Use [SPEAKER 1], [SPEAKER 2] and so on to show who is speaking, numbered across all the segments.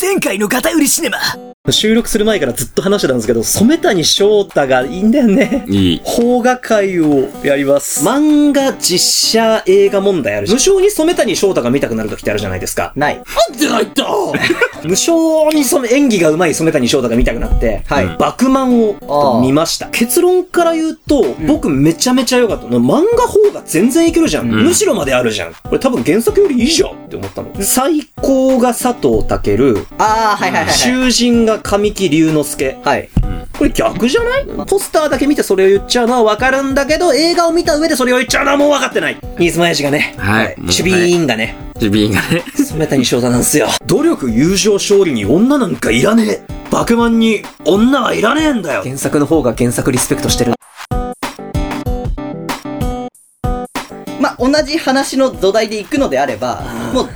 [SPEAKER 1] 前回のガタ売りシネマ
[SPEAKER 2] 収録する前からずっと話してたんですけど、染谷翔太がいいんだよね。
[SPEAKER 3] いい。
[SPEAKER 2] 邦画界をやります。漫画、実写、映画問題あるじゃん無償に染谷翔太が見たくなる時ってあるじゃないですか。ない。
[SPEAKER 3] なんでないんだ
[SPEAKER 2] 無償にその演技が上手い染谷翔太が見たくなって、はい。
[SPEAKER 3] うん
[SPEAKER 2] バクマンをちょっと見ました。結論から言うと、僕めちゃめちゃ良かった。漫画方が全然いけるじゃん。
[SPEAKER 3] うん
[SPEAKER 2] むしろまであるじゃん。これ多分原作よりいいじゃんって思ったの。最高が佐藤健、
[SPEAKER 4] ああ、はいはいはいはい。
[SPEAKER 2] 囚人が神木隆之介。
[SPEAKER 4] はい。
[SPEAKER 2] これ逆じゃないポスターだけ見てそれを言っちゃうのはわかるんだけど、映画を見た上でそれを言っちゃうのはもう分かってない。新妻やじがね。
[SPEAKER 3] はいもう
[SPEAKER 2] 守備委員がね。
[SPEAKER 3] ジビーンがね。
[SPEAKER 2] 染谷翔太なんすよ。努力、友情、勝利に女なんかいらねえ。バクマンに女はいらねえんだよ。
[SPEAKER 4] 原作の方が原作リスペクトしてる。まあ、同じ話の土台で行くのであれば、もう、も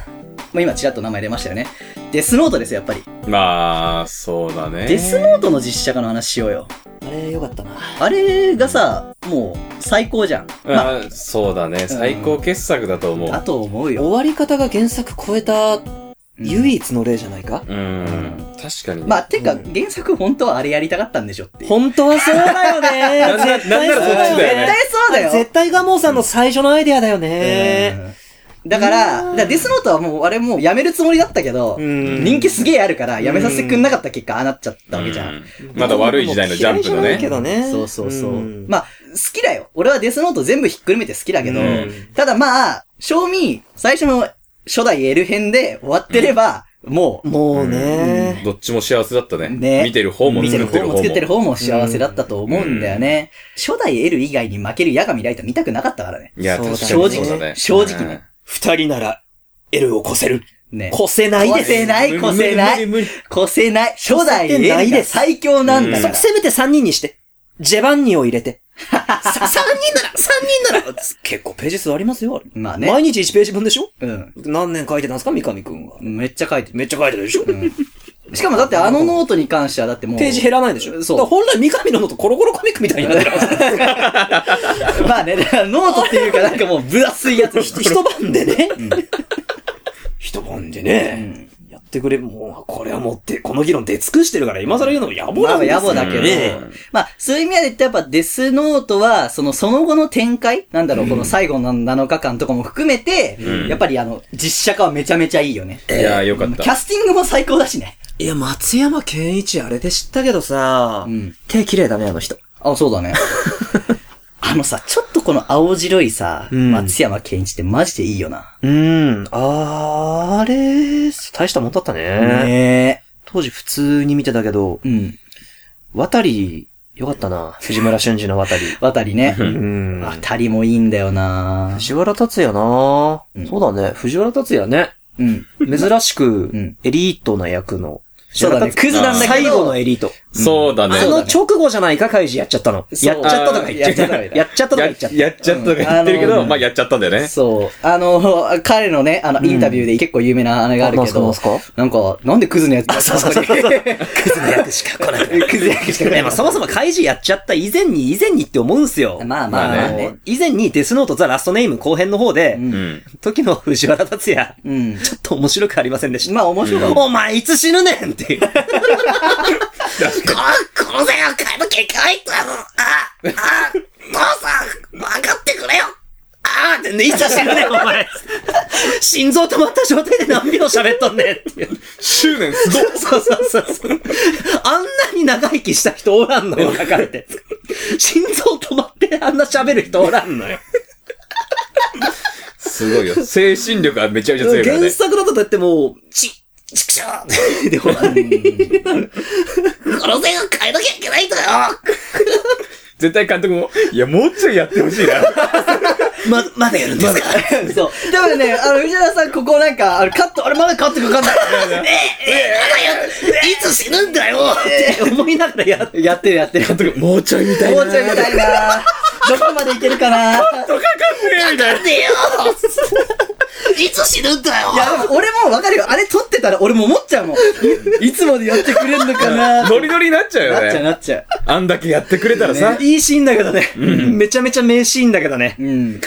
[SPEAKER 4] う今ちらっと名前出ましたよね。デスノートですよ、やっぱり。
[SPEAKER 3] まあ、そうだね。
[SPEAKER 4] デスノートの実写化の話しようよ。
[SPEAKER 2] あれ、よかったな。
[SPEAKER 4] あれがさ、もう最高じゃん。まあ、
[SPEAKER 3] あ、そうだね。最高傑作だと思
[SPEAKER 4] だ
[SPEAKER 3] う。
[SPEAKER 4] と思う
[SPEAKER 2] 終
[SPEAKER 4] よ。
[SPEAKER 2] わり方が原作超えた唯一の例じゃないか、
[SPEAKER 3] うん。確かにね。
[SPEAKER 4] まあ、てか、原作本当はあれやりたかったんでしょっていう。
[SPEAKER 2] 本当はそうだよ
[SPEAKER 3] なんな
[SPEAKER 2] ね
[SPEAKER 3] 絶対そうだよねなんならそっちだよね
[SPEAKER 4] 絶対そうだよ。
[SPEAKER 2] 絶対ガモさんの最初のアイデアだよね。
[SPEAKER 4] うんだから、だからデスノートはもう、あれもうやめるつもりだったけど、
[SPEAKER 2] うん
[SPEAKER 4] 人気すげえあるから、やめさせてくんなかった結果、ああなっちゃったわけじ
[SPEAKER 3] う
[SPEAKER 4] ゃ。
[SPEAKER 3] んんまだ悪い時代のジャンプ
[SPEAKER 2] 嫌
[SPEAKER 3] の
[SPEAKER 2] いじゃないけど
[SPEAKER 3] ね。
[SPEAKER 2] ね。
[SPEAKER 4] そうそうそう。
[SPEAKER 2] ん
[SPEAKER 4] まあ、好きだよ。俺はデスノート全部ひっくるめて好きだけど、
[SPEAKER 3] うん
[SPEAKER 4] ただまあ、正味、最初の初代エル編で終わってれば、もう、
[SPEAKER 2] もうね。
[SPEAKER 3] どっちも幸せだったね。
[SPEAKER 4] ね
[SPEAKER 3] 見てる方も
[SPEAKER 4] 見て
[SPEAKER 3] 作
[SPEAKER 4] る
[SPEAKER 3] って
[SPEAKER 4] 方
[SPEAKER 3] る
[SPEAKER 4] も
[SPEAKER 3] 方も。
[SPEAKER 4] 作ってる方も幸せだったと思うんだよね。初代エル以外に負ける八神ライト見たくなかったからね。
[SPEAKER 3] いや、
[SPEAKER 2] そうだ
[SPEAKER 3] 確か
[SPEAKER 2] ね
[SPEAKER 3] にそうだね。
[SPEAKER 4] 正直ね
[SPEAKER 2] 二、人なら、L を越せる。
[SPEAKER 4] ね。
[SPEAKER 2] 越せないで
[SPEAKER 4] 越
[SPEAKER 2] す。
[SPEAKER 4] せない、越せない、
[SPEAKER 3] 無理無理無理無理
[SPEAKER 4] 越せない。初代
[SPEAKER 2] 越せな
[SPEAKER 4] エ
[SPEAKER 2] い
[SPEAKER 4] ル
[SPEAKER 2] で
[SPEAKER 4] が
[SPEAKER 2] す
[SPEAKER 4] 最強なんだから。
[SPEAKER 2] そせめて三人にして。ジェバンニを入 れて。さ三人なら三人なら結構ページ数ありますよ、あれ
[SPEAKER 4] まあね
[SPEAKER 2] 毎日一ページ分でしょ
[SPEAKER 4] うん。
[SPEAKER 2] 何年書いてたんですか三上くんは。
[SPEAKER 4] めっちゃ書いてる。
[SPEAKER 2] めっちゃ書いてるでしょ、
[SPEAKER 4] しかもだってあのノートに関してはだってもう。
[SPEAKER 2] ページ減らないでしょ
[SPEAKER 4] そう
[SPEAKER 2] だから本来三上ののとコロコロコミックみたいに なってる。
[SPEAKER 4] まあね、だからノートっていうかなんかもう分厚いやつ。
[SPEAKER 2] 一晩で ね。一晩でね、やってくれ、もう、これはもって、この議論出尽くしてるから、今更言うのも野暮
[SPEAKER 4] ま
[SPEAKER 2] な
[SPEAKER 4] あ
[SPEAKER 2] んですよ、
[SPEAKER 4] 野
[SPEAKER 2] ね。
[SPEAKER 4] 暮だけど、まあそういう意味で言ってやっぱデスノートは、そのその後の展開なんだろう、この最後の7日間とかも含めて、
[SPEAKER 3] うん
[SPEAKER 4] やっぱりあの、実写化はめちゃめちゃいいよね。
[SPEAKER 3] いやー、よかっ
[SPEAKER 4] キャ
[SPEAKER 3] た。
[SPEAKER 4] スティングも最高だしね。
[SPEAKER 2] いや、松山健一あれで知ったけどさ、
[SPEAKER 4] うん
[SPEAKER 2] 手綺麗だね、あの人。
[SPEAKER 4] あ、そうだね。あのさ、ちょっとこの青白いさ、
[SPEAKER 2] うん
[SPEAKER 4] 松山健一ってマジでいいよな。
[SPEAKER 2] うん、あーあれ、大したもんだったね。
[SPEAKER 4] ね
[SPEAKER 2] 当時普通に見てたけど、
[SPEAKER 4] え。うん。
[SPEAKER 2] 渡り、よかった な。藤村俊二の渡り。
[SPEAKER 4] 渡りね。
[SPEAKER 2] うん
[SPEAKER 4] 渡りもいいんだよな
[SPEAKER 2] 藤原達也な、
[SPEAKER 4] うん
[SPEAKER 2] そうだね、藤原達也ね。
[SPEAKER 4] うん。
[SPEAKER 2] 珍し
[SPEAKER 4] う
[SPEAKER 2] く
[SPEAKER 4] ん、
[SPEAKER 2] エリートな役の。
[SPEAKER 4] そうだねクズなんだけど
[SPEAKER 2] 最後のエリート。
[SPEAKER 3] そうだね。
[SPEAKER 2] あの直後じゃないか、カイジやっちゃったの。
[SPEAKER 4] そう
[SPEAKER 2] やっちゃったとか言っちゃった。
[SPEAKER 4] あー
[SPEAKER 2] やっちゃったとか
[SPEAKER 3] や
[SPEAKER 2] 言っちゃった。
[SPEAKER 3] やっちゃったとか言ってるけ
[SPEAKER 4] うんあ
[SPEAKER 3] ど、
[SPEAKER 4] の
[SPEAKER 3] まあやっちゃったんだよね。
[SPEAKER 4] そう。あの、彼のね、あの、インタビューで結構有名な話があるけど、
[SPEAKER 2] なんすかなんす
[SPEAKER 4] なんか、なんでクズのやつそうそうそう。
[SPEAKER 2] クズの役しか来なくなる
[SPEAKER 4] クズ役しか来ない
[SPEAKER 2] やまあそもそもカイジやっちゃった以前に、以前にって思うんすよ。
[SPEAKER 4] まあまあ
[SPEAKER 3] まあ
[SPEAKER 4] ね
[SPEAKER 2] の以前にデスノートザラストネーム後編の方で、
[SPEAKER 4] うん
[SPEAKER 3] うん。
[SPEAKER 2] 時の藤原達也、
[SPEAKER 4] うん。
[SPEAKER 2] ちょっと面白くありませんでした。
[SPEAKER 4] まあ面白かった
[SPEAKER 2] お前いつ死ぬねんっていう。こ、こぜよ、買い物結局入ったの。あ、あ、父さん、分かってくれよ。あーって、ね、いつ死ぬねん、お 前。心臓止まった状態で何秒喋っとんねんっていう。
[SPEAKER 3] 執念すごい
[SPEAKER 2] そうそうそうそう。あんなに長生きした人おらんのよ、書かれて。心臓止まってあんな喋る人おらんのよ。
[SPEAKER 3] すごいよ。 精神力はめちゃめちゃ強いからね
[SPEAKER 2] 原。作だとだってもう、ち、ちくしょうで終わる。この線を変えなきゃいけないんだよ
[SPEAKER 3] 絶対監督も、いや、もうちょいやってほしいな。
[SPEAKER 2] ま、まだやるんですか
[SPEAKER 4] そう。でもね、あの、藤原さん、ここなんか、あの、カット、あれまだカットかかんない。
[SPEAKER 2] いつ死ぬんだよって思いながらやって。
[SPEAKER 4] やってるやってる。もうちょい
[SPEAKER 3] もうちょいみた
[SPEAKER 4] みたいな。どこまでいけるかな
[SPEAKER 3] とかかんねえみたいな。
[SPEAKER 2] いつ死ぬんだよ
[SPEAKER 4] いや、でも俺もわかるよ。あれ撮ってたら俺も思っちゃうもん。いいつまでやってくれんのかな
[SPEAKER 3] ノリノリになっちゃう
[SPEAKER 4] な
[SPEAKER 3] よ
[SPEAKER 4] っちゃう
[SPEAKER 3] ね。
[SPEAKER 4] なっちゃ
[SPEAKER 3] あんだけやってくれたらさ。
[SPEAKER 2] いいシーンだけどね。めちゃめちゃ名シーンだけどね
[SPEAKER 4] う。。うん。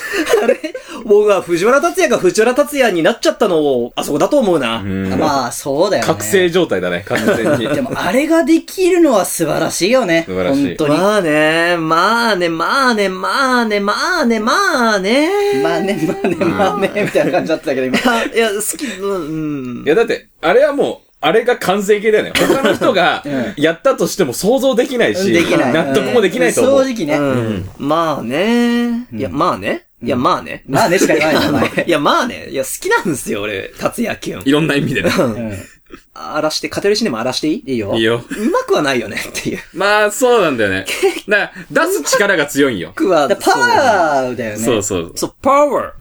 [SPEAKER 2] あれ僕は藤原達也が藤原達也になっちゃったのを、あそこだと思うな。
[SPEAKER 3] うん
[SPEAKER 4] まあ、そうだよね。
[SPEAKER 3] 覚醒状態だね、完全に。
[SPEAKER 4] でも、あれができるのは素晴らしいよね。
[SPEAKER 3] 素晴らしい
[SPEAKER 4] 本当に。
[SPEAKER 2] まあね、まあね、まあね、まあね、まあね、まあね。
[SPEAKER 4] まあね、まあね、まあね、みたいな感じだったけど、今。
[SPEAKER 2] あ いや、好き、うん。
[SPEAKER 3] いや、だって、あれはもう、あれが完成形だよね。他の人が
[SPEAKER 4] うん、
[SPEAKER 3] やったとしても想像できないし、
[SPEAKER 4] できない。
[SPEAKER 3] 納得もできないと思う。
[SPEAKER 4] 正直ね。
[SPEAKER 2] うん。まあね。いや、まあね。いや、まあね。
[SPEAKER 4] まあねしか言わない
[SPEAKER 2] や
[SPEAKER 4] ん
[SPEAKER 2] ま
[SPEAKER 4] だ
[SPEAKER 2] あ
[SPEAKER 4] お前
[SPEAKER 2] いや、まあね。いや、好きなんですよ、俺。達也君。
[SPEAKER 3] いろんな意味で ね。
[SPEAKER 4] うん。
[SPEAKER 2] 荒らして、偏りシネマ荒らしていい
[SPEAKER 4] いいよ。
[SPEAKER 3] いいよ。
[SPEAKER 2] うまくはないよね、っていう。
[SPEAKER 3] まあ、そうなんだよ ね。だから、出す力が強いんよ。
[SPEAKER 2] 僕は
[SPEAKER 4] だ、からパワーだよね。
[SPEAKER 3] そう そう。
[SPEAKER 2] そう、パワ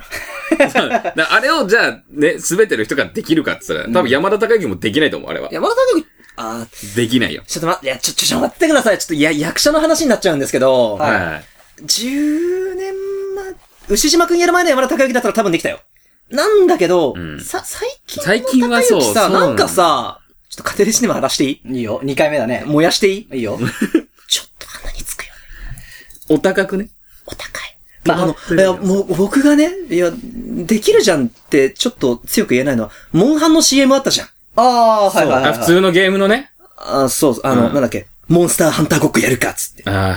[SPEAKER 3] そうだからあれをじゃあ、ね、すべての人ができるかって言ったら、多分山田孝之もできないと思う、あれは
[SPEAKER 2] ー。。山田さんの、あー
[SPEAKER 3] できないよ。
[SPEAKER 2] ちょっと待って、いや、ちょ、ちょ、ちょ、待ってください。ちょっと、いや、役者の話になっちゃうんですけど、
[SPEAKER 4] はい
[SPEAKER 3] はい。
[SPEAKER 2] 10年前、牛島くんやる前の山田孝之だったら多分できたよ。なんだけど、
[SPEAKER 3] うん
[SPEAKER 2] さ、最近の
[SPEAKER 3] 最近はそう
[SPEAKER 2] 孝之さ、
[SPEAKER 3] そうな
[SPEAKER 2] な
[SPEAKER 3] の
[SPEAKER 2] んかさ、ちょっと家庭でシネマ荒らしていい
[SPEAKER 4] いいよ。二回目だね。
[SPEAKER 2] 燃やしていい
[SPEAKER 4] いいよ。
[SPEAKER 2] ちょっと鼻につくよ。
[SPEAKER 3] お高くね。
[SPEAKER 2] お高い。まあ、あ
[SPEAKER 3] 止まっ
[SPEAKER 2] の、
[SPEAKER 3] て
[SPEAKER 2] い
[SPEAKER 3] る
[SPEAKER 2] や、
[SPEAKER 3] よ
[SPEAKER 2] もう、僕がね、いや、できるじゃんって、ちょっと強く言えないのは、モンハンの CM あったじゃん。
[SPEAKER 4] ああー、はいはいはい
[SPEAKER 3] あ、
[SPEAKER 4] はい。
[SPEAKER 3] 普通のゲームのね。
[SPEAKER 2] あ、そう、あの、
[SPEAKER 3] うん
[SPEAKER 2] なんだっけ、モンスターハンターごっこやるかっつって。
[SPEAKER 3] あ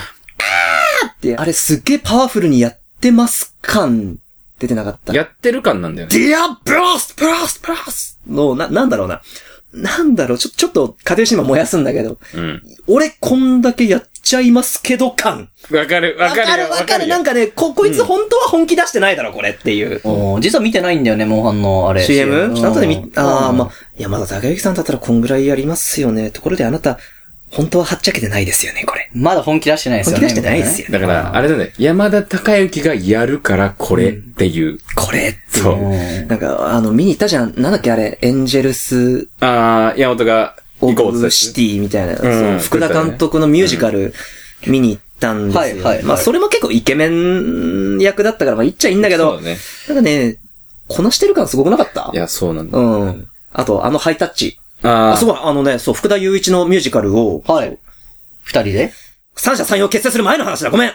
[SPEAKER 2] で、あれすっげえパワフルにやってます感、出てなかっ
[SPEAKER 3] あ。
[SPEAKER 2] た。
[SPEAKER 3] やってる感なんだよね。
[SPEAKER 2] ディアブラストブラストブラストの、な、なんだろうな。なんだろう、ちょ、ちょっと、家庭神話燃やすんだけど、
[SPEAKER 3] うん。
[SPEAKER 2] 俺こんだけやっちゃいますけど感。
[SPEAKER 3] わかる、わ
[SPEAKER 2] わ
[SPEAKER 3] か
[SPEAKER 2] か
[SPEAKER 3] るよ。
[SPEAKER 2] るわかる。
[SPEAKER 3] よ
[SPEAKER 2] なんかね、こ、こいつ本当は本気出してないだろ、これっていう。
[SPEAKER 4] おー実は見てないんだよね、モンハンのあれ。
[SPEAKER 2] CM? ちょっと後で見、ああ、まあ
[SPEAKER 4] あ。、
[SPEAKER 2] 山田孝之さんだったらこんぐらいやりますよね。ところであなた、本当ははっちゃけてないですよね、これ。
[SPEAKER 4] まだ本気出してないです
[SPEAKER 2] 本
[SPEAKER 4] よ
[SPEAKER 2] 気
[SPEAKER 4] ね。
[SPEAKER 2] 出してないですよね。
[SPEAKER 3] だから、あれだね。山田孝之がやるからこれっていう。
[SPEAKER 2] これっていう
[SPEAKER 3] そう
[SPEAKER 4] うん
[SPEAKER 2] なんか、あの、見に行ったじゃん。なんだっけ、あれ、エンジェルス・
[SPEAKER 3] ああ、山本が
[SPEAKER 2] オ
[SPEAKER 3] 行こう
[SPEAKER 2] ブ・シティみたいな、
[SPEAKER 3] ん
[SPEAKER 2] そう福田監督のミュージカル、見に行ったんですよ、
[SPEAKER 4] はいはいはい
[SPEAKER 2] まあ、それも結構イケメン役だったから、まあ、言っちゃいいんだけ
[SPEAKER 3] そ
[SPEAKER 2] ど、
[SPEAKER 3] うだね。
[SPEAKER 2] なんかね、こなしてる感すごくなかった
[SPEAKER 3] いや、そうなんだ。
[SPEAKER 2] うん。あと、あのハイタッチ。
[SPEAKER 3] あ
[SPEAKER 2] あ、
[SPEAKER 3] あ、
[SPEAKER 2] そうだ、あのね、そう、福田雄一のミュージカルを、
[SPEAKER 4] はい。二人で
[SPEAKER 2] 三者三様結成する前の話だ、ごめん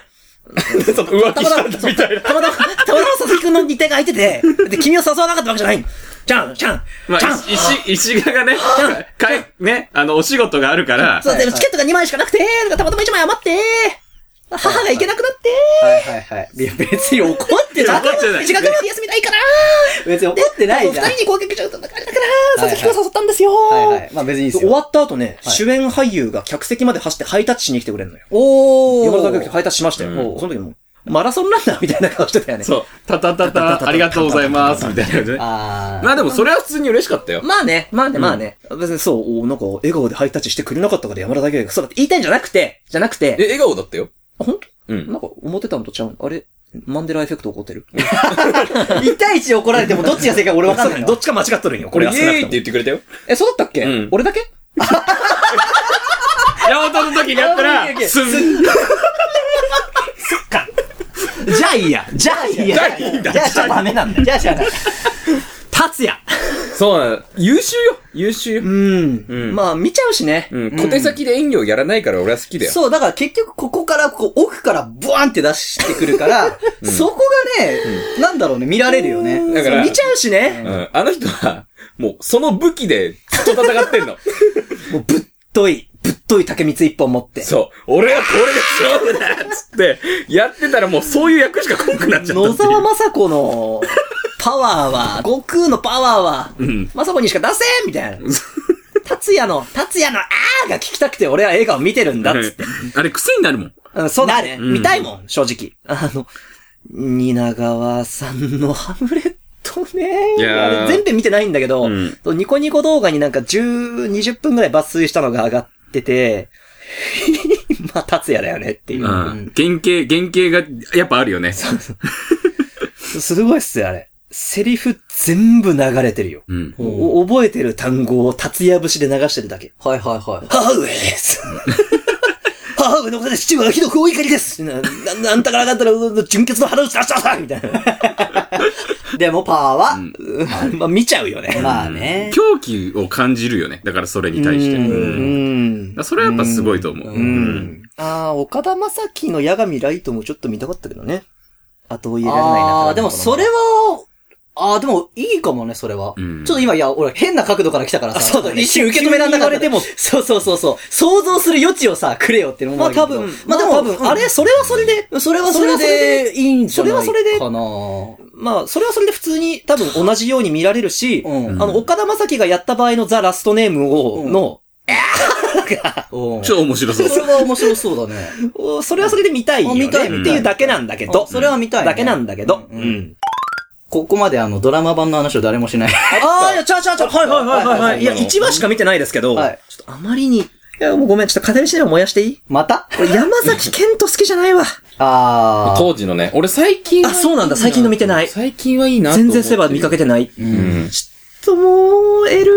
[SPEAKER 3] そう
[SPEAKER 2] た
[SPEAKER 3] 浮気
[SPEAKER 2] ま
[SPEAKER 3] したた
[SPEAKER 2] ま、
[SPEAKER 3] ん
[SPEAKER 2] そ
[SPEAKER 3] だ
[SPEAKER 2] う
[SPEAKER 3] みたいな。
[SPEAKER 2] たまたま、たまたま佐々木くんの日程が空いてて、で、君を誘わなかったわけじゃないじゃん、じゃん、
[SPEAKER 3] ま
[SPEAKER 2] じゃ
[SPEAKER 3] あ
[SPEAKER 2] ん、
[SPEAKER 3] 石、石川がね、かい、ね、あの、お仕事があるから、
[SPEAKER 2] そう、でも
[SPEAKER 4] はい
[SPEAKER 2] チケットが2枚しかなくて、だからたまたま1枚余って、母が行けなくなって、
[SPEAKER 4] はいはいはい。いや、別に怒ってない
[SPEAKER 3] や。怒ってない
[SPEAKER 2] 近くまで休みないから、
[SPEAKER 4] 別に怒ってないじゃん。
[SPEAKER 2] 2
[SPEAKER 4] はい
[SPEAKER 2] 人に攻撃ちゃうとだから、佐
[SPEAKER 4] はい
[SPEAKER 2] 々木くん誘ったんですよ
[SPEAKER 4] はい。まあ別にいいです
[SPEAKER 2] 終
[SPEAKER 4] よ。
[SPEAKER 2] わった後ね、
[SPEAKER 4] はい
[SPEAKER 2] 主演俳優が客席まで走ってハイタッチしに来てくれるのよ。
[SPEAKER 4] お
[SPEAKER 2] 山田孝之ハイタッチしましたよ。
[SPEAKER 3] う
[SPEAKER 2] その時も、マラソンランナーみたいな顔してたよね。
[SPEAKER 3] そう、たたたた、ありがとうございます、みたいな感じでね。
[SPEAKER 4] あ
[SPEAKER 3] まあでも、それは普通に嬉しかったよ。
[SPEAKER 2] まあね、まあね、まあね。別にそう、おなんか、笑顔でハイタッチしてくれなかったから山田だけが、そうだって言いたいんじゃなくて、じゃなく
[SPEAKER 3] え、
[SPEAKER 2] て、
[SPEAKER 3] 笑顔だったよ。
[SPEAKER 2] あ、本
[SPEAKER 3] う
[SPEAKER 2] 当
[SPEAKER 3] ん。
[SPEAKER 2] なんか、思ってたのとちゃうんあれマンデラエフェクト起こってる
[SPEAKER 4] あ。一対一で怒られてもどっちが正解俺わかんないの
[SPEAKER 2] どっちか間違っとるんよ、こ
[SPEAKER 3] こ
[SPEAKER 2] れ
[SPEAKER 3] れ、
[SPEAKER 2] は
[SPEAKER 3] イエ
[SPEAKER 2] 少
[SPEAKER 3] ー
[SPEAKER 2] なくと
[SPEAKER 3] イって
[SPEAKER 2] も
[SPEAKER 3] 言ってくれたよ。
[SPEAKER 2] え、そうだったっけ
[SPEAKER 3] うん
[SPEAKER 2] 俺だけ
[SPEAKER 3] 山本の時にやった
[SPEAKER 4] あオッケーオッ
[SPEAKER 3] ら、
[SPEAKER 4] ケー
[SPEAKER 3] すん、
[SPEAKER 2] じゃあいいや。じゃあいいや。
[SPEAKER 3] いいんだ
[SPEAKER 4] じゃあじゃあダメなんだ。じゃあじゃあない。
[SPEAKER 2] 達也。
[SPEAKER 3] そうなの。優秀よ。優秀よ。
[SPEAKER 2] うん。まあ、見ちゃうしね。
[SPEAKER 3] うん。小手先で演技をやらないから俺は好きだよ。
[SPEAKER 4] そう、だから結局ここから、こう、奥からブワンって出してくるから、そこがね、なんだろうね、見られるよね。
[SPEAKER 3] だから
[SPEAKER 2] そう見ちゃうしね。
[SPEAKER 3] うん。あの人は、もう、その武器で、ずっと戦ってん の。
[SPEAKER 2] もうぶっとい、ぶっとい竹光一本持って。
[SPEAKER 3] そう。俺はこれが勝負だっつって、やってたらもうそういう役しか来なくなっちゃった
[SPEAKER 2] 野
[SPEAKER 3] っていう。
[SPEAKER 2] 沢雅子のパワー は、悟空のパワーは、
[SPEAKER 3] ん
[SPEAKER 2] 雅子にしか出せんみた いな。達也の、達也のあーが聞きたくて俺は映画を見てるんだっつって。
[SPEAKER 3] あれ癖になるもん。
[SPEAKER 2] うん、そうだね。
[SPEAKER 3] なる
[SPEAKER 2] 見たいもん、正直。あの、蜷川さんのハムレットね。
[SPEAKER 3] いや
[SPEAKER 2] あ
[SPEAKER 3] ー
[SPEAKER 2] れ全編見てないんだけど、
[SPEAKER 3] うん
[SPEAKER 2] ニコニコ動画になんか10、20分ぐらい抜粋したのが上がってて、 まあ、達也だよねっていう。
[SPEAKER 3] うん。原型、原型がやっぱあるよね。
[SPEAKER 2] すごいっすよ、あれ。セリフ全部流れてるよ。
[SPEAKER 3] うん。
[SPEAKER 2] お覚えてる単語を達也節で流してるだけ。
[SPEAKER 4] はいはいはい。
[SPEAKER 2] 母上です。 母上のことで父はひどくお怒りです。な、なあんたからあんたら、純潔の腹打ち出したさみたいな。
[SPEAKER 4] でもパーは、
[SPEAKER 2] まあ見ちゃうよね。
[SPEAKER 4] まあね。
[SPEAKER 3] 狂気を感じるよね。だからそれに対して。
[SPEAKER 2] う
[SPEAKER 3] うん
[SPEAKER 2] ん。
[SPEAKER 3] それはやっぱすごいと思う。うん
[SPEAKER 2] ああ、岡田将生の矢神ライトもちょっと見たかったけどね。後を入れられないな。
[SPEAKER 4] ああー、でもそれは、ああ、でもいいかもね、それは。
[SPEAKER 3] うん
[SPEAKER 4] ちょっと今、いや、俺変な角度から来たからさ、
[SPEAKER 2] そうだね
[SPEAKER 4] 一瞬受け止めらんなかった。
[SPEAKER 2] 急に言われ
[SPEAKER 4] そうそうそうそう。想像する余地をさ、くれよっていうのもるけど
[SPEAKER 2] まあ多分
[SPEAKER 4] まあでも、
[SPEAKER 2] まあ多分
[SPEAKER 4] あれ、それはそれで、
[SPEAKER 2] それはそれでいいんじゃないかな。
[SPEAKER 4] それはそれで
[SPEAKER 2] かな
[SPEAKER 4] う
[SPEAKER 2] まあ、それはそれで普通に多分同じように見られるし、
[SPEAKER 4] うん
[SPEAKER 2] あの、岡田将生がやった場合のザ・ラストネームを、
[SPEAKER 4] うん
[SPEAKER 2] の、
[SPEAKER 4] ん。
[SPEAKER 3] 超面白そう。
[SPEAKER 4] それは面白そうだね。
[SPEAKER 2] おそれはそれで見たいよ、ね。
[SPEAKER 4] あ見たい
[SPEAKER 2] っていうだけなんだけど。
[SPEAKER 4] あそれは見たいね
[SPEAKER 2] だけなんだけど。
[SPEAKER 4] うんここまであの、ドラマ版の話を誰もしない。
[SPEAKER 2] ああ、いや、ちゃうちゃうちゃう。はいはいはいはい。はい、いや、
[SPEAKER 3] はい
[SPEAKER 2] 1話しか見てないですけど、
[SPEAKER 4] はい
[SPEAKER 2] ちょっとあまりに、いや、もうごめん、ちょっと語り資料燃やしていい
[SPEAKER 4] また
[SPEAKER 2] 俺、山崎健人好きじゃないわ。
[SPEAKER 4] あー。
[SPEAKER 3] 当時のね、俺最近は
[SPEAKER 2] あそうなんだ最近の見てない
[SPEAKER 3] 最近はいいなと
[SPEAKER 2] 全
[SPEAKER 3] 思ってる
[SPEAKER 2] 然セバ見かけてない。ちょ
[SPEAKER 3] うん。
[SPEAKER 2] っともう、エル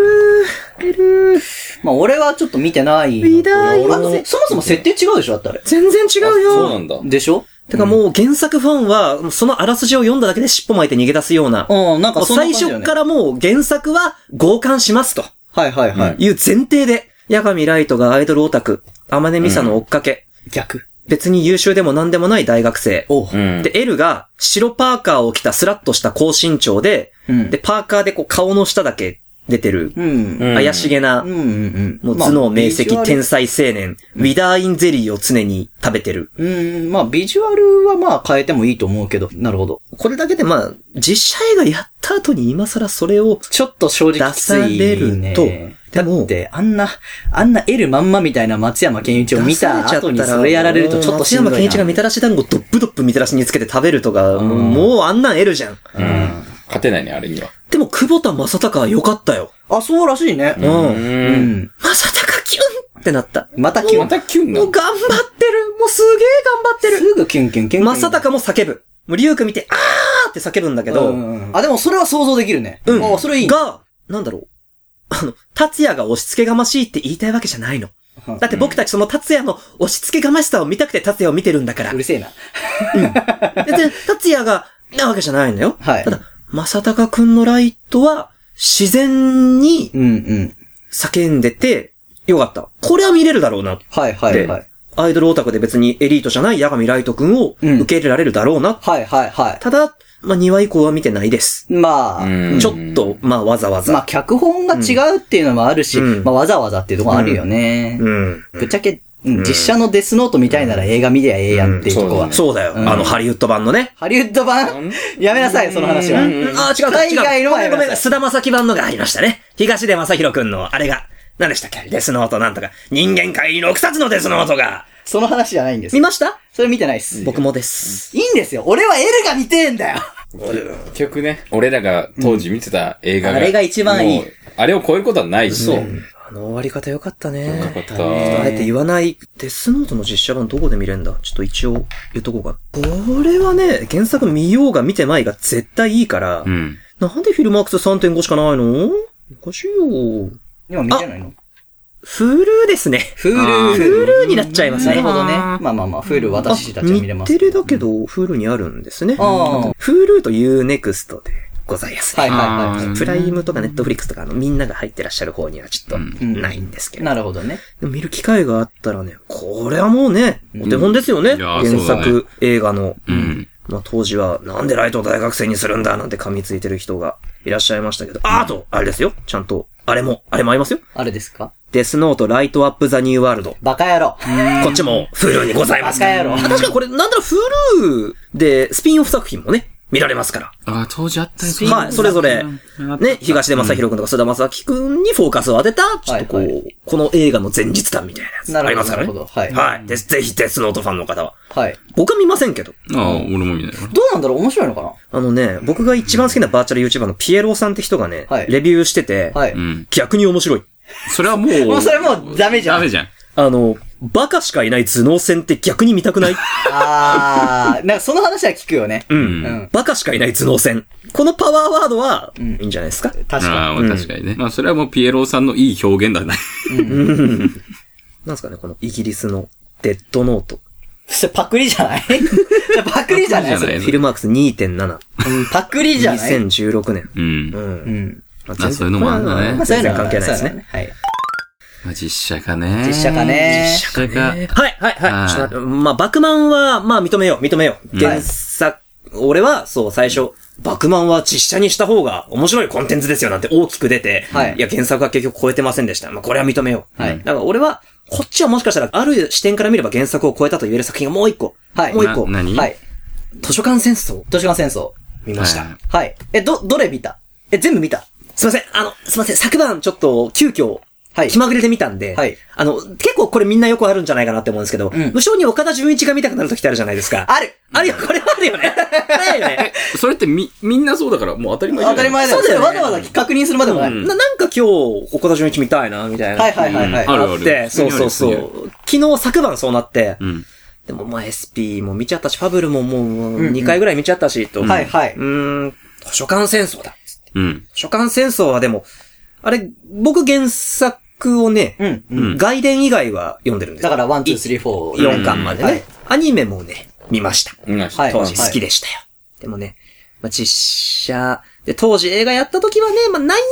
[SPEAKER 2] ー、エルー、
[SPEAKER 4] まあ俺はちょっと見てないのと。
[SPEAKER 2] 見ない
[SPEAKER 4] あのそもそも設定違うでしょだってあれ。
[SPEAKER 2] 全然違うよ。
[SPEAKER 3] そうなんだ。
[SPEAKER 4] でしょ
[SPEAKER 2] てかもう原作ファンは、もうそのあらすじを読んだだけで尻尾巻いて逃げ出すような。
[SPEAKER 4] うん、なん
[SPEAKER 2] も
[SPEAKER 4] か
[SPEAKER 2] う
[SPEAKER 4] そんな感
[SPEAKER 2] 最
[SPEAKER 4] じだよ
[SPEAKER 2] 初
[SPEAKER 4] ね。
[SPEAKER 2] からもう原作は合姦しますと
[SPEAKER 4] はいはいはい。
[SPEAKER 2] いう前提で、八神ライトがアイドルオタク、天音美沙の追っかけ、
[SPEAKER 4] 逆。
[SPEAKER 2] 別に優秀でも何でもない大学生。
[SPEAKER 4] おう。
[SPEAKER 3] うん。
[SPEAKER 2] で、エルが白パーカーを着たスラッとした高身長で、
[SPEAKER 4] うん
[SPEAKER 2] で、パーカーでこう顔の下だけ出てる、
[SPEAKER 4] うん。
[SPEAKER 3] うん
[SPEAKER 2] 怪しげな、
[SPEAKER 4] うんうんうん。
[SPEAKER 2] もう頭脳明
[SPEAKER 4] ま
[SPEAKER 2] 晰
[SPEAKER 4] あ
[SPEAKER 2] 天才青年、ウィダーインゼリーを常に食べてる。
[SPEAKER 4] うん、まあビジュアルはまあ変えてもいいと思うけど。なるほど。
[SPEAKER 2] これだけでまあ、実写映画やった後に今更それを、
[SPEAKER 4] ちょっと正直きつい、ね。
[SPEAKER 2] 出されるとで
[SPEAKER 4] だ
[SPEAKER 2] も
[SPEAKER 4] って、あんな、あんな L まんまみたいな松山健一を見た後にそれやられるとちょっとしんどいな。
[SPEAKER 2] 松山健一がみたらし団子ドップドップみたらしにつけて食べるとか、もうもうあんなん得るじゃん。
[SPEAKER 3] うん勝てないね、あれには。
[SPEAKER 2] でも、久保田正孝は良かったよ。
[SPEAKER 4] あ、そうらしいね。
[SPEAKER 2] う。
[SPEAKER 3] うんん。
[SPEAKER 2] 正孝キュンってなった。
[SPEAKER 4] またキュ
[SPEAKER 3] ま
[SPEAKER 4] ン。
[SPEAKER 3] たキュンな
[SPEAKER 2] もう
[SPEAKER 3] の
[SPEAKER 2] 頑張ってるもうすげえ頑張ってる
[SPEAKER 4] すぐキュンキュンキュンキュン。
[SPEAKER 2] 正孝も叫ぶ。もうリュウ君見て、あーって叫ぶんだけど、
[SPEAKER 4] うんあ、でもそれは想像できるね。
[SPEAKER 2] うん
[SPEAKER 4] あ、それいい。
[SPEAKER 2] が、なんだろう。あの、達也が押し付けがましいって言いたいわけじゃないの。だって僕たちその達也の押し付けがましさを見たくて達也を見てるんだから
[SPEAKER 4] う。るせえな。
[SPEAKER 2] 別に達也が、なわけじゃないのよ。
[SPEAKER 4] はい
[SPEAKER 2] ただ、正隆くんのライトは、自然に
[SPEAKER 4] うんうん。
[SPEAKER 2] 叫んでて、よかった。これは見れるだろうな。
[SPEAKER 4] はいはいはい。
[SPEAKER 2] アイドルオタクで別にエリートじゃない八神ライトくんを
[SPEAKER 4] うん
[SPEAKER 2] 受け入れられるだろうな。
[SPEAKER 4] はいはいは
[SPEAKER 2] ただ、まあ、2話以降は見てないです。
[SPEAKER 4] い。まあ、
[SPEAKER 3] うん
[SPEAKER 2] ちょっと、まあ、わざわざ。
[SPEAKER 4] まあ、脚本が違うっていうのもあるし、
[SPEAKER 2] うん
[SPEAKER 4] まあ、わざわざっていうところあるよね。
[SPEAKER 2] うん。
[SPEAKER 4] ぶっちゃけ、うん実写のデスノートみたいなら映画見りゃええやんっていうとこは。
[SPEAKER 3] ん
[SPEAKER 2] そうだよ。
[SPEAKER 4] うん
[SPEAKER 2] あの、ハリウッド版のね。
[SPEAKER 4] ハリウッド版やめなさい、その話は。
[SPEAKER 2] うんあー、違う、
[SPEAKER 4] 海
[SPEAKER 2] 違
[SPEAKER 4] 外の
[SPEAKER 2] うご
[SPEAKER 4] は
[SPEAKER 2] め
[SPEAKER 4] や
[SPEAKER 2] んご
[SPEAKER 4] め
[SPEAKER 2] め、
[SPEAKER 4] なんさい。
[SPEAKER 2] 菅田将暉版のがありましたね。東出正宏くんの、あれが、何でしたっけデスノートなんとか。人間界に6冊のデスノートが。
[SPEAKER 4] その話じゃないんです
[SPEAKER 2] 見。ました
[SPEAKER 4] それ見てないっす。
[SPEAKER 2] 僕もです。
[SPEAKER 4] いいんですよ。俺は L が見てえんだよ。
[SPEAKER 3] 結局ね、俺らが当時見てた映画が。
[SPEAKER 4] うんあれが一番いい
[SPEAKER 3] もう。あれを超えることはないし。そう。
[SPEAKER 2] あの終わり方よかったね。
[SPEAKER 3] かった
[SPEAKER 2] ちょっとあえて言わない。デスノートの実写版どこで見れるんだちょっと一応言っとこうかな。これはね、原作見ようが見てまいが絶対いいから、
[SPEAKER 3] うん。
[SPEAKER 2] なんでフィルマークス3.5しかないのおかしいよ。
[SPEAKER 4] 今見てないの
[SPEAKER 2] フルーですね。
[SPEAKER 4] フ
[SPEAKER 3] あー
[SPEAKER 4] ー
[SPEAKER 2] フ
[SPEAKER 4] ル。
[SPEAKER 2] ルーになっちゃいます
[SPEAKER 4] な
[SPEAKER 2] ね。
[SPEAKER 4] るほどね。まあまあまあ、フール私たちは見れます。
[SPEAKER 2] 日テレだけど、フールにあるんですね。
[SPEAKER 4] ああ
[SPEAKER 2] フールというネクストでございますね。
[SPEAKER 4] はいはいは
[SPEAKER 3] あ
[SPEAKER 2] プライムとかネットフリックスとか、あの、みんなが入ってらっしゃる方にはちょっと
[SPEAKER 4] ん
[SPEAKER 2] ないんですけ
[SPEAKER 4] い。
[SPEAKER 2] ど。
[SPEAKER 4] なるほどね。
[SPEAKER 2] でも見る機会があったらね、これはもうね、お手本ですよね。
[SPEAKER 3] いやー
[SPEAKER 2] 原
[SPEAKER 3] そう
[SPEAKER 2] 作、映画の。
[SPEAKER 3] うん。
[SPEAKER 2] まあ当時は、なんでライトを大学生にするんだなんて噛みついてる人がいらっしゃいましたけど、あーあと、あれですよ。ちゃんと、あれも、あれもありますよ。
[SPEAKER 4] あれですか
[SPEAKER 2] デスノート、ライトアップザニューワールド。
[SPEAKER 4] バカ野郎。
[SPEAKER 2] こっちも、フールにございます。
[SPEAKER 4] バカ野郎
[SPEAKER 2] あ確かにこれ、なんだろ、フールで、スピンオフ作品もね、見られますから。
[SPEAKER 3] ああ、当時あった
[SPEAKER 4] ピンオフ
[SPEAKER 2] はい、それぞれ、ね、東出正宏くんとか菅田正樹くんにフォーカスを当てた、ちょっとこう、
[SPEAKER 4] はいは
[SPEAKER 2] この映画の前日談みたいなや
[SPEAKER 4] な
[SPEAKER 2] つあり
[SPEAKER 4] る
[SPEAKER 2] ま
[SPEAKER 4] ほど。
[SPEAKER 2] すか
[SPEAKER 4] な
[SPEAKER 2] らね
[SPEAKER 4] るほ。ど。はい。
[SPEAKER 2] はい。で、ぜひ、デスノートファンの方は。
[SPEAKER 4] はい。
[SPEAKER 2] 僕は見ませんけど。
[SPEAKER 3] ああ、俺も見ない。
[SPEAKER 4] どうなんだろう面白いのかな
[SPEAKER 2] あのね、僕が一番好きなバーチャル YouTuber のピエロさんって人がね、
[SPEAKER 4] はい
[SPEAKER 2] レビューしてて、
[SPEAKER 4] はい。
[SPEAKER 3] うん。
[SPEAKER 2] 逆に面白い。
[SPEAKER 3] それはもう。
[SPEAKER 4] もうそれもうダメじゃん
[SPEAKER 3] ダメじゃん。
[SPEAKER 2] あの、バカしかいない頭脳戦って逆に見たくない
[SPEAKER 4] あー、なんかその話は聞くよね。
[SPEAKER 2] う。
[SPEAKER 3] うん
[SPEAKER 4] うん。
[SPEAKER 2] バカしかいない頭脳戦。このパワーワードは、いいんじゃないですか。
[SPEAKER 4] 確
[SPEAKER 3] あ
[SPEAKER 4] か
[SPEAKER 3] あ、まあ確かにね。まあそれはもうピエロさんのいい表現だね。
[SPEAKER 2] なんですかね、このイギリスのデッドノート。
[SPEAKER 4] それパクリじゃ ないパクリじゃな
[SPEAKER 3] パクリじゃな
[SPEAKER 4] い
[SPEAKER 3] い
[SPEAKER 2] フィルマークス2.7。
[SPEAKER 4] うんパクリじゃない
[SPEAKER 2] 2016年。
[SPEAKER 3] う
[SPEAKER 2] う。。
[SPEAKER 3] ん
[SPEAKER 4] うんん。
[SPEAKER 2] ま
[SPEAKER 3] あそういうのもあんだね
[SPEAKER 2] ま
[SPEAKER 4] まあそういうのは
[SPEAKER 2] 全然関係ないです
[SPEAKER 4] そうだ
[SPEAKER 2] ね。
[SPEAKER 4] はい。
[SPEAKER 3] まあ実写かね。
[SPEAKER 4] 実写化ね。
[SPEAKER 3] 実写か。
[SPEAKER 2] はい、はい、は。
[SPEAKER 3] はいい
[SPEAKER 2] ちょっと待ってまあ、バクマンは、まあ、認めよう、認めよう。
[SPEAKER 3] うん
[SPEAKER 2] 原作、俺は、そう、最初、バクマンは実写にした方が面白いコンテンツですよなんて大きく出て、
[SPEAKER 4] はい
[SPEAKER 2] や、原作は結局超えてませんでした。まあ、これは認めよう。
[SPEAKER 4] はい
[SPEAKER 2] だから俺は、こっちはもしかしたら、ある視点から見れば原作を超えたと言える作品がもう一個。
[SPEAKER 4] はい
[SPEAKER 2] もう一個。
[SPEAKER 3] な何
[SPEAKER 4] はい。
[SPEAKER 2] 図書館戦争
[SPEAKER 4] 図書館戦争。
[SPEAKER 2] 見ました。
[SPEAKER 3] はい
[SPEAKER 4] はい。え、ど、どれ見たえ、全部見た
[SPEAKER 2] すいません、あの、すいません、昨晩ちょっと急遽、
[SPEAKER 4] はい
[SPEAKER 2] 気まぐれで見たんで、
[SPEAKER 4] はい
[SPEAKER 2] あの、結構これみんなよくあるんじゃないかなって思うんですけど、
[SPEAKER 4] ん
[SPEAKER 2] 無性に岡田純一が見たくなる時ってあるじゃないですか。
[SPEAKER 4] ある
[SPEAKER 2] あるよ、これはあるよね。あるよね。
[SPEAKER 3] それってみ、みんなそうだから、もう当たり前じゃ
[SPEAKER 4] 当
[SPEAKER 3] な
[SPEAKER 4] た
[SPEAKER 3] い
[SPEAKER 4] り前だよ。
[SPEAKER 2] そうだよね
[SPEAKER 4] それわざわざ確認するまでもない。
[SPEAKER 2] ななんか今日、岡田純一見たいな、みたいな。
[SPEAKER 4] はいはいはいはい。
[SPEAKER 3] うんある
[SPEAKER 2] あって、そうそうそ
[SPEAKER 3] 普通にある
[SPEAKER 2] う。昨日昨晩そうなって、
[SPEAKER 3] うん。
[SPEAKER 2] でもまあ SP も見ちゃったし、ファブルももう
[SPEAKER 4] うん
[SPEAKER 2] 2回ぐらい見ちゃったし、と。。
[SPEAKER 4] はいはいう
[SPEAKER 2] ーん、図書館戦争だ。
[SPEAKER 3] うん。
[SPEAKER 2] 図書館戦争はでも、あれ、僕原作をね、
[SPEAKER 4] うん。
[SPEAKER 3] うん
[SPEAKER 2] 外伝以外は読んでるんです
[SPEAKER 4] だ
[SPEAKER 2] よ
[SPEAKER 4] から、ワン、ツー、スリー、フォー。
[SPEAKER 2] 4巻までね、
[SPEAKER 4] はい
[SPEAKER 2] アニメもね、見ました。
[SPEAKER 3] 見ました
[SPEAKER 4] はい
[SPEAKER 2] 当時好きでしたよ。でもね、まあ、実写、で、当時映画やった時はね、まあ、なんやかん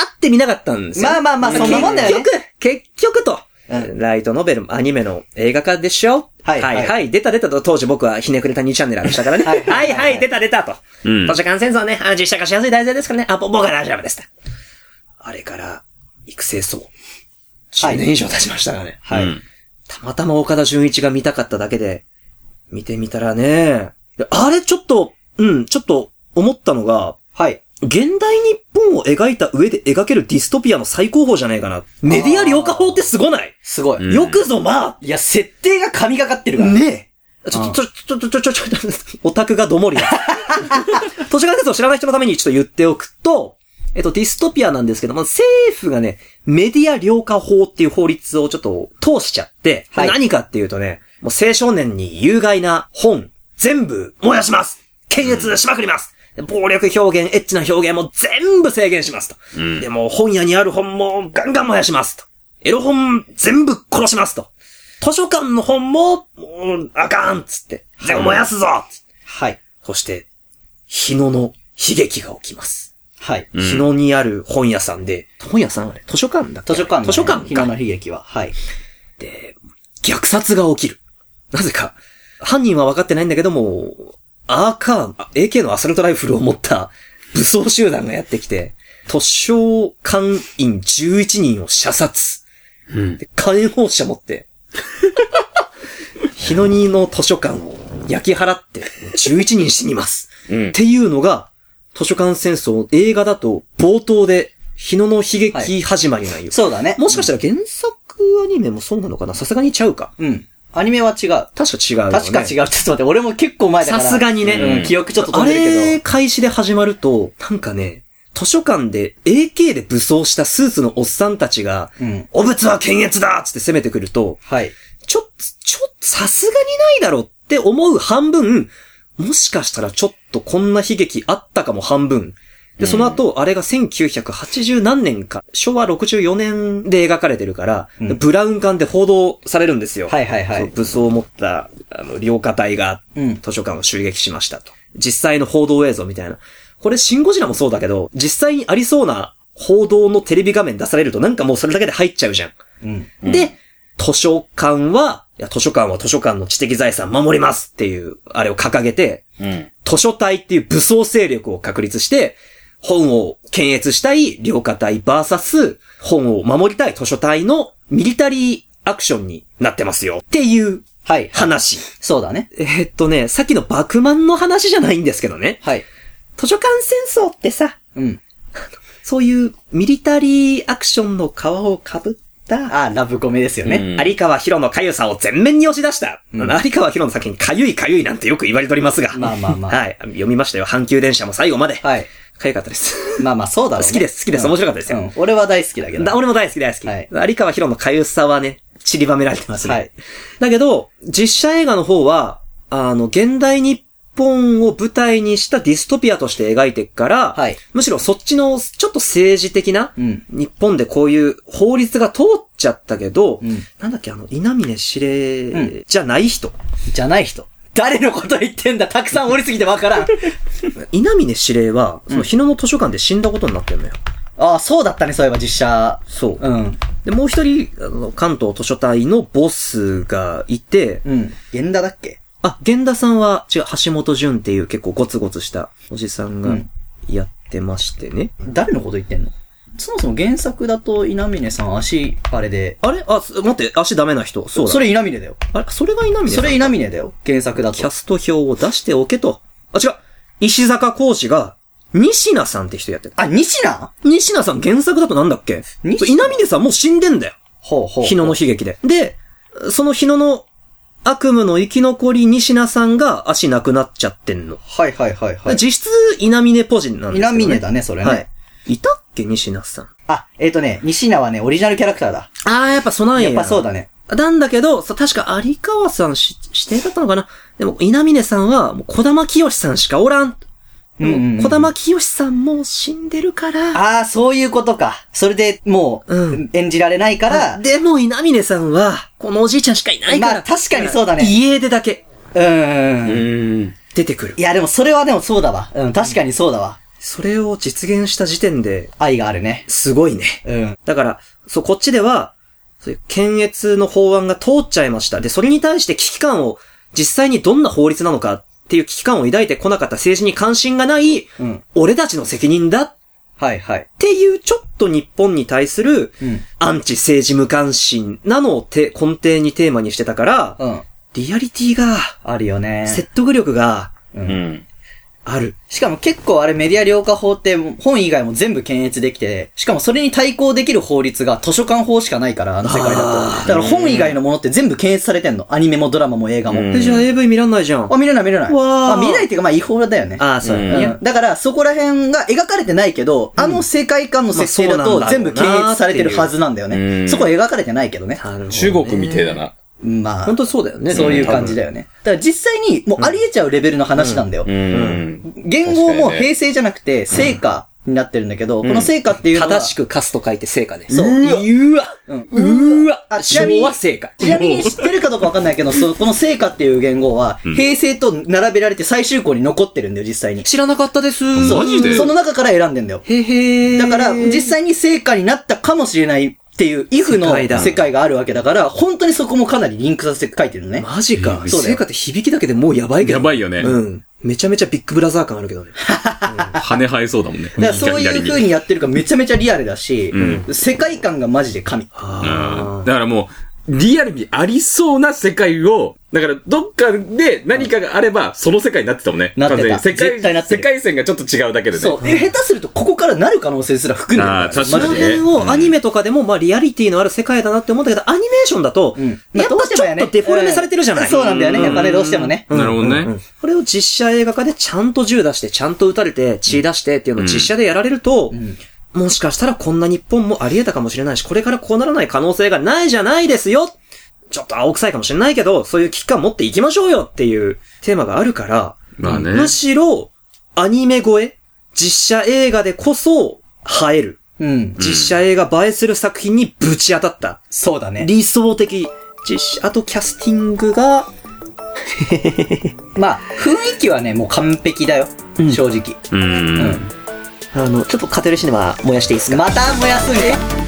[SPEAKER 2] やって見なかったんですよ。
[SPEAKER 4] まあまあまあ、そんなもんだよね。
[SPEAKER 2] 結局、結局と、
[SPEAKER 4] うん
[SPEAKER 2] ライトノベルもアニメの映画化でしょ
[SPEAKER 4] はい
[SPEAKER 2] はい、
[SPEAKER 4] は
[SPEAKER 2] はい、出た出たと、当時僕はひねくれた2チャンネルありましたからね。
[SPEAKER 4] はい
[SPEAKER 2] は、
[SPEAKER 4] はいい
[SPEAKER 2] はい、出た出たと。
[SPEAKER 3] うん
[SPEAKER 2] 図書館戦争ね、あの実写化しやすい題材ですからね。あ、ぼ僕は大丈夫ですと。あれから、育成層。
[SPEAKER 4] はい
[SPEAKER 2] 10年以上経ちましたからね。
[SPEAKER 4] は
[SPEAKER 3] う
[SPEAKER 4] い
[SPEAKER 3] ん。
[SPEAKER 2] たまたま岡田純一が見たかっただけで、見てみたらね、あれちょっと、うん、ちょっと思ったのが、
[SPEAKER 4] はい。
[SPEAKER 2] 現代日本を描いた上で描けるディストピアの最高峰じゃないかな。メディア量化法ってすごない、
[SPEAKER 4] すご
[SPEAKER 3] うん
[SPEAKER 4] い。
[SPEAKER 2] よくぞま
[SPEAKER 4] いや、設定が神がかってる
[SPEAKER 2] あ
[SPEAKER 4] から。
[SPEAKER 2] ねえちょ、ちょ、ちょ、ちょ、ちょ、ちょ、ちょ、ちょ、オタクがどもりだ。都市伝説を知らない人のためにちょっと言っておくと、えっと、ディストピアなんですけども、政府がね、メディア量化法っていう法律をちょっと通しちゃって、
[SPEAKER 4] はい
[SPEAKER 2] 何かっていうとね、もう青少年に有害な本、全部燃やします検閲しまくります、暴力表現、エッチな表現も全部制限しますと。
[SPEAKER 3] うん
[SPEAKER 2] でも、本屋にある本もガンガン燃やしますと。エロ本全部殺しますと。図書館の本も、もう、あかんっつって。全部燃やすぞっつって
[SPEAKER 4] はい。
[SPEAKER 2] そして、日野の悲劇が起きます。
[SPEAKER 4] はい。
[SPEAKER 3] ん
[SPEAKER 2] 日野にある本屋さんで、本屋さんあれ図書館だっけ
[SPEAKER 4] 図書館のね
[SPEAKER 2] 図書館
[SPEAKER 4] 日野の
[SPEAKER 2] か。
[SPEAKER 4] 悲劇は。はい。
[SPEAKER 2] で、虐殺が起きる。なぜか、犯人は分かってないんだけども、アーカーン、あ AK のアサルトライフルを持った武装集団がやってきて、突傷官員11人を射殺。
[SPEAKER 3] うん。
[SPEAKER 2] で、火炎放射持って、 日野にの図書館を焼き払って、11人死にます。
[SPEAKER 3] うん
[SPEAKER 2] っていうのが、図書館戦争、映画だと冒頭で、日野の悲劇始まりなんよ。
[SPEAKER 4] そうだね。
[SPEAKER 2] もしかしたら原作アニメもそうなのかなさすがにちゃうか。
[SPEAKER 4] うん。アニメは違う。
[SPEAKER 2] 確か違うよね。
[SPEAKER 4] 確か違う。ちょっと待って、俺も結構前だか
[SPEAKER 2] さ
[SPEAKER 4] ら。
[SPEAKER 2] すがにね。
[SPEAKER 4] うん記憶ちょっと飛んでる
[SPEAKER 2] あれ、
[SPEAKER 4] け
[SPEAKER 2] 開始で始まると、なんかね、図書館で AK で武装したスーツのおっさんたちが、
[SPEAKER 4] ど。うん。
[SPEAKER 2] 汚物は検閲だっつって攻めてくると、
[SPEAKER 4] はい。
[SPEAKER 2] ちょ、ちょ、さすがにないだろって思う半分、もしかしたらちょっとこんな悲劇あったかも半分。で、その後、あれが1980何年か、昭和64年で描かれてるから、
[SPEAKER 4] うん
[SPEAKER 2] ブラウン管で報道されるんですよ。
[SPEAKER 4] はいはいは
[SPEAKER 2] そう
[SPEAKER 4] い。
[SPEAKER 2] 武装を持った、あの、両家隊が、
[SPEAKER 4] うん。
[SPEAKER 2] 図書館を襲撃しましたと。実際の報道映像みたいな。これ、シンゴジラもそうだけど、実際にありそうな報道のテレビ画面出されると、なんかもうそれだけで入っちゃうじゃん。
[SPEAKER 4] うん。
[SPEAKER 2] で、図書館は、いや、図書館は図書館の知的財産守りますっていう、あれを掲げて、
[SPEAKER 3] うん。
[SPEAKER 2] 図書隊っていう武装勢力を確立して、本を検閲したい両家隊バーサス、本を守りたい図書隊のミリタリーアクションになってますよっていう
[SPEAKER 4] はい。
[SPEAKER 2] 話。
[SPEAKER 4] そうだね。
[SPEAKER 2] えーっとね、さっきのバクマンの話じゃないんですけどね。
[SPEAKER 4] はい。
[SPEAKER 2] 図書館戦争ってさ、
[SPEAKER 4] うん。
[SPEAKER 2] そういうミリタリーアクションの皮を被った
[SPEAKER 4] あ、ラブコメですよね。
[SPEAKER 3] うん
[SPEAKER 2] 有川博のかゆさを全面に押し出した。
[SPEAKER 4] うん
[SPEAKER 2] 有川博の作品、かゆいかゆいなんてよく言われておりますが。
[SPEAKER 4] まあまあまあ
[SPEAKER 2] はい。読みましたよ。阪急電車も最後まで。
[SPEAKER 4] はい。
[SPEAKER 2] かゆかったです。
[SPEAKER 4] まあまあ、そうだろうね
[SPEAKER 2] 好きです好きです
[SPEAKER 4] うん
[SPEAKER 2] 面白かったですよ
[SPEAKER 4] うん俺は大好きだけど。
[SPEAKER 2] だ俺も大好き大好き。
[SPEAKER 4] はい
[SPEAKER 2] 有川博のかゆさはね、散りばめられてますね。
[SPEAKER 4] はい。
[SPEAKER 2] だけど、実写映画の方は、あの、現代日本を舞台にしたディストピアとして描いていくから、
[SPEAKER 4] はい
[SPEAKER 2] むしろそっちのちょっと政治的な、
[SPEAKER 4] うん。
[SPEAKER 2] 日本でこういう法律が通っちゃったけど、
[SPEAKER 4] うん
[SPEAKER 2] なんだっけ、あの、稲峰司令じゃない人。
[SPEAKER 4] じゃない人。誰のこと言ってんだたくさんおりすぎてわからん。
[SPEAKER 2] 稲峰司令は、その日野の図書館で死んだことになってんのよ。
[SPEAKER 4] ああ、そうだったね、そういえば実写。
[SPEAKER 2] そう。
[SPEAKER 4] うん。
[SPEAKER 2] で、もう一人、あの、関東図書隊のボスがいて、
[SPEAKER 4] うん。源田だっけ
[SPEAKER 2] あ、源田さんは、違う、橋本淳っていう結構ゴツゴツしたおじさん
[SPEAKER 4] う
[SPEAKER 2] が
[SPEAKER 4] ん
[SPEAKER 2] やってましてね。
[SPEAKER 4] 誰のこと言ってんのそもそも原作だと稲峰さん足、あれで。
[SPEAKER 2] あれあ、す待って、足ダメな人。そうだ。
[SPEAKER 4] それ稲峰だよ。
[SPEAKER 2] あれそれが稲峰さ
[SPEAKER 4] そ
[SPEAKER 2] ん
[SPEAKER 4] れ稲峰だよ。原作だ
[SPEAKER 2] キャ
[SPEAKER 4] と。
[SPEAKER 2] スト表を出しておけと。あ、違う。石坂浩二が、西名さんって人やってる。
[SPEAKER 4] あ、西名
[SPEAKER 2] 西名さん原作だとなんだっけ
[SPEAKER 4] 西名
[SPEAKER 2] 稲峰さんもう死んでんだよ。
[SPEAKER 4] ほうほ
[SPEAKER 2] 日野の悲劇で。で、その日野の悪夢の生き残り西名さんが足なくなっちゃってんの。
[SPEAKER 4] はいはいはいはい。
[SPEAKER 2] 実質、稲峰ポジなんですよ
[SPEAKER 4] 稲
[SPEAKER 2] ね。
[SPEAKER 4] 峰だね、それね。
[SPEAKER 2] はい。いたっけ西名さん。
[SPEAKER 4] あ、えっ、とね、西名はね、オリジナルキャラクターだ。
[SPEAKER 2] あー、やっぱそなん
[SPEAKER 4] やっぱそうだね。
[SPEAKER 2] なんだけど、さ確か有川さんし指定だったのかなでも、稲峰さんは、もう小玉清さんしかおらん。でも
[SPEAKER 4] うんうんうん
[SPEAKER 2] 小玉清さんもう死んでるから。
[SPEAKER 4] ああ、そういうことか。それでもう、
[SPEAKER 2] うん
[SPEAKER 4] 演じられないから、
[SPEAKER 2] でも、稲峰さんは、このおじいちゃんしかいないから。
[SPEAKER 4] まあ確かにそうだね
[SPEAKER 2] 家でだけ
[SPEAKER 4] うーん。
[SPEAKER 3] うん。
[SPEAKER 2] 出てくる
[SPEAKER 4] い。や、でもそれはでもそうだわ。うん、確かにそうだわ。
[SPEAKER 2] それを実現した時点で、
[SPEAKER 4] 愛があるね。
[SPEAKER 2] すごいね。
[SPEAKER 4] うん。
[SPEAKER 2] だから、そう、こっちでは、そういう検閲の法案が通っちゃいました。で、それに対して危機感を、実際にどんな法律なのかっていう危機感を抱いてこなかった政治に関心がない、
[SPEAKER 4] うん。
[SPEAKER 2] 俺たちの責任だっ
[SPEAKER 4] はいはい。
[SPEAKER 2] ていう、ちょっと日本に対する、
[SPEAKER 4] うん。
[SPEAKER 2] アンチ政治無関心なのをて根底にテーマにしてたから、
[SPEAKER 4] うん。
[SPEAKER 2] リアリティが、
[SPEAKER 4] あるよね。
[SPEAKER 2] 説得力が
[SPEAKER 4] う。
[SPEAKER 3] うんん。
[SPEAKER 2] ある。
[SPEAKER 4] しかも結構あれメディア量化法って本以外も全部検閲できて、しかもそれに対抗できる法律が図書館法しかないから、あの世界だ
[SPEAKER 2] あ
[SPEAKER 4] と。だから本以外のものって全部検閲されてんの。アニメもドラマも映画も。
[SPEAKER 3] うん
[SPEAKER 2] え、じゃあ AV 見らんないじゃん。
[SPEAKER 4] あ、見れない見れない。
[SPEAKER 2] わー
[SPEAKER 4] あ、見れないっていうかまあ違法だよね。
[SPEAKER 2] ああ、そう
[SPEAKER 3] う
[SPEAKER 2] や
[SPEAKER 4] うん
[SPEAKER 2] ね。
[SPEAKER 4] だから、そこら辺が描かれてないけど、あの世界観の設定だ
[SPEAKER 2] まあそう
[SPEAKER 4] と
[SPEAKER 2] なんだろう
[SPEAKER 4] 全
[SPEAKER 2] な
[SPEAKER 4] 部検閲されてるはずなんだよ
[SPEAKER 3] う
[SPEAKER 4] ね。
[SPEAKER 3] ん
[SPEAKER 4] そこは描かれてないけどね。
[SPEAKER 2] なるほどね
[SPEAKER 3] 中国みてえだ。な。
[SPEAKER 4] まあ、
[SPEAKER 2] 本当そうだよね。
[SPEAKER 4] そういう感じだよね。だから実際にもうありえちゃうレベルの話なんだよ
[SPEAKER 3] う。ん。
[SPEAKER 4] 言
[SPEAKER 3] 確
[SPEAKER 4] 語も
[SPEAKER 3] かにね
[SPEAKER 4] 平成じゃなくて、成果になってるんだけど、この成果っていうのは、
[SPEAKER 2] 正しく貸すと書いて成果ね。
[SPEAKER 4] そう
[SPEAKER 2] うわ
[SPEAKER 4] うん
[SPEAKER 2] うわ
[SPEAKER 4] あちなみに
[SPEAKER 2] 昭和成果。
[SPEAKER 4] ちなみに知ってるかどうかわかんないけど、そうこの成果っていう言語は、平成と並べられて最終項に残ってるんだよ、実際に。
[SPEAKER 2] 知らなかったです。
[SPEAKER 3] マジで
[SPEAKER 4] その中から選んでんだよ。
[SPEAKER 2] へへー
[SPEAKER 4] だから、実際に成果になったかもしれないっていう、イフの
[SPEAKER 2] 世界だ
[SPEAKER 4] 世界があるわけだから、本当にそこもかなりリンクさせて書いてるのね。
[SPEAKER 2] マジか。
[SPEAKER 4] そうだよ
[SPEAKER 2] 成果って響きだけでもうやばいけど。
[SPEAKER 3] やばいよね
[SPEAKER 2] うん。めちゃめちゃビッグブラザー感あるけどね。
[SPEAKER 3] 羽生えそうだもんね。
[SPEAKER 4] だからそういう風にやってるからめちゃめちゃリアルだし、
[SPEAKER 3] う
[SPEAKER 4] 世界観がマジで神。
[SPEAKER 3] うん
[SPEAKER 2] あ
[SPEAKER 3] だからもう、リアルにありそうな世界を、だからどっかで何かがあれば、その世界になってたもんね。
[SPEAKER 4] なってた
[SPEAKER 3] 完全に世界
[SPEAKER 4] 絶対なってる
[SPEAKER 3] 世界線がちょっと違うだけでね。
[SPEAKER 4] そう。え下手するとここからなる可能性すら含んでる
[SPEAKER 3] あー確
[SPEAKER 2] そ
[SPEAKER 3] か
[SPEAKER 2] の
[SPEAKER 3] にね
[SPEAKER 4] マジで
[SPEAKER 2] 辺をアニメとかでも、まあリアリティのある世界だなって思ったけど、アニメーションだと、
[SPEAKER 4] うん
[SPEAKER 2] や
[SPEAKER 4] まあ
[SPEAKER 2] っ
[SPEAKER 4] どう
[SPEAKER 2] ぱ
[SPEAKER 4] して
[SPEAKER 2] ち
[SPEAKER 4] も
[SPEAKER 2] ょ
[SPEAKER 4] や
[SPEAKER 2] っ
[SPEAKER 4] ね
[SPEAKER 2] とデフォルメされてるじゃない、
[SPEAKER 4] そうなんだよね。やっぱね、どうしてもね。
[SPEAKER 3] なるほど
[SPEAKER 2] う
[SPEAKER 3] ね
[SPEAKER 2] んうんうんこれを実写映画化でちゃんと銃出して、ちゃんと撃たれて、血出してっていうのを実写でやられると、もしかしたらこんな日本もあり得たかもしれないし、これからこうならない可能性がないじゃないですよちょっと青臭いかもしれないけど、そういう危機感持っていきましょうよっていうテーマがあるから、
[SPEAKER 3] まあね
[SPEAKER 2] むしろ、アニメ超え、実写映画でこそ、映える。
[SPEAKER 4] うん。
[SPEAKER 2] 実写映画映えする作品にぶち当たった。
[SPEAKER 4] そうだね。
[SPEAKER 2] 理想的。実写、あとキャスティングが、
[SPEAKER 4] まあ、雰囲気はね、もう完璧だよ。
[SPEAKER 2] うん
[SPEAKER 4] 正直。
[SPEAKER 3] うん。
[SPEAKER 4] うん。
[SPEAKER 2] あの、ちょっとカテルシネマ燃やしていいですか
[SPEAKER 4] また燃やすんか